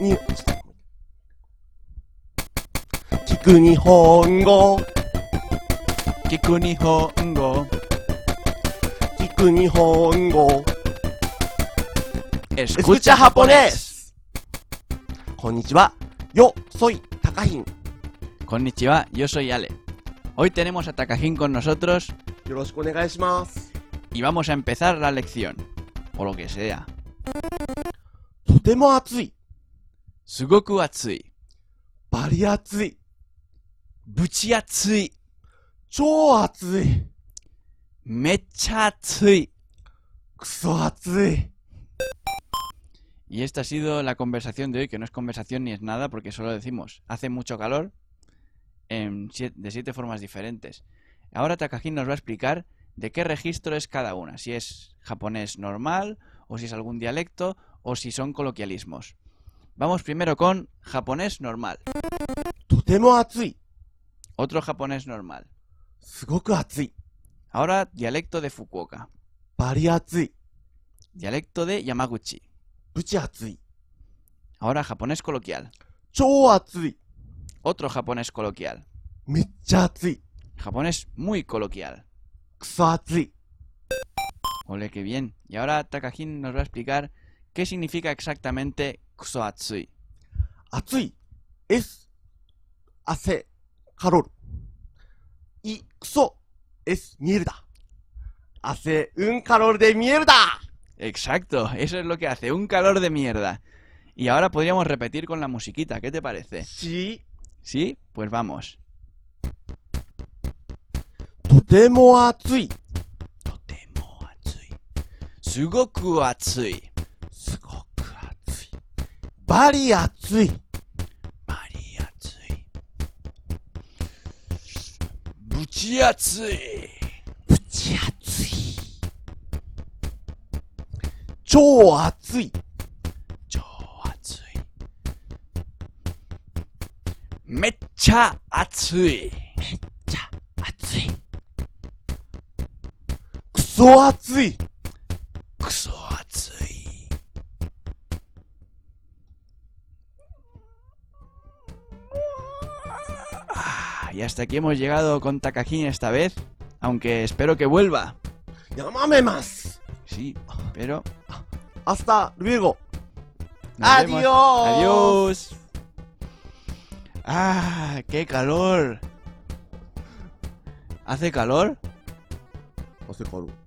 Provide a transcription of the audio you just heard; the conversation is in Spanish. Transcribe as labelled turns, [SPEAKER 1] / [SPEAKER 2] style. [SPEAKER 1] に、聞く日本語、
[SPEAKER 2] 聞く日本語
[SPEAKER 1] 聞く日本語。
[SPEAKER 2] Escucha japonés
[SPEAKER 1] こんにちは。よ、ソイ、タカヒン。よ
[SPEAKER 2] Konnichiwa, yo soy Ale. Hoy tenemos a Takahin con nosotros
[SPEAKER 1] ろしくお願いします。
[SPEAKER 2] y vamos a empezar la lección. O lo que sea.
[SPEAKER 1] とても暑い。
[SPEAKER 2] Sugoku atsui.
[SPEAKER 1] バリ暑い。
[SPEAKER 2] Buchi atsui.
[SPEAKER 1] 超暑い。
[SPEAKER 2] Mecha atsui.
[SPEAKER 1] クソ暑い。
[SPEAKER 2] Y esta ha sido la conversación de hoy, que no es conversación ni es nada, porque solo decimos hace mucho calor en sie- de siete formas diferentes. Ahora Takajin nos va a explicar de qué registro es cada una, si es japonés normal, o si es algún dialecto, o si son coloquialismos. Vamos primero con japonés normal,
[SPEAKER 1] とても暑い。
[SPEAKER 2] otro japonés normal.
[SPEAKER 1] すごく暑い。
[SPEAKER 2] Ahora dialecto de Fukuoka,
[SPEAKER 1] バリ暑い。
[SPEAKER 2] dialecto de Yamaguchi.
[SPEAKER 1] ぶち暑い。
[SPEAKER 2] Ahora japonés coloquial,
[SPEAKER 1] 超暑い。
[SPEAKER 2] otro japonés coloquial,
[SPEAKER 1] めっちゃ暑い。
[SPEAKER 2] japonés muy coloquial.
[SPEAKER 1] クソ暑い。
[SPEAKER 2] Ole, qué bien. Y ahora Takajin nos va a explicar qué significa exactamente kusoatsui.
[SPEAKER 1] 暑い。S、汗、カロル。い、クソ、S、見えるだ。汗、うん、カロルで見えるだ
[SPEAKER 2] Exacto, eso es lo que hace, un calor de mierda. Y ahora podríamos repetir con la musiquita, ¿qué te parece?
[SPEAKER 1] し、
[SPEAKER 2] ¿Sí? Pues vamos.
[SPEAKER 1] とても暑い。
[SPEAKER 2] Totemo atsui. Sugoku atsui.
[SPEAKER 1] すごく暑い。バリ暑い。
[SPEAKER 2] Mari atsui. Buchi atsui.
[SPEAKER 1] ぶち暑い。超暑い。
[SPEAKER 2] Cho atsui. Mecha atsui.
[SPEAKER 1] じゃ、暑い。クソ暑い。
[SPEAKER 2] クソ暑い。Ah, Y hasta aquí hemos llegado con Takajin esta vez, aunque espero que vuelva.
[SPEAKER 1] やまめます。
[SPEAKER 2] Sí, pero...
[SPEAKER 1] 明日、ルエゴ。
[SPEAKER 2] nos vemos.
[SPEAKER 1] Adiós.
[SPEAKER 2] Adiós. ¡Ah! ¡Qué calor! ¿Hace calor?
[SPEAKER 1] 汗かろう。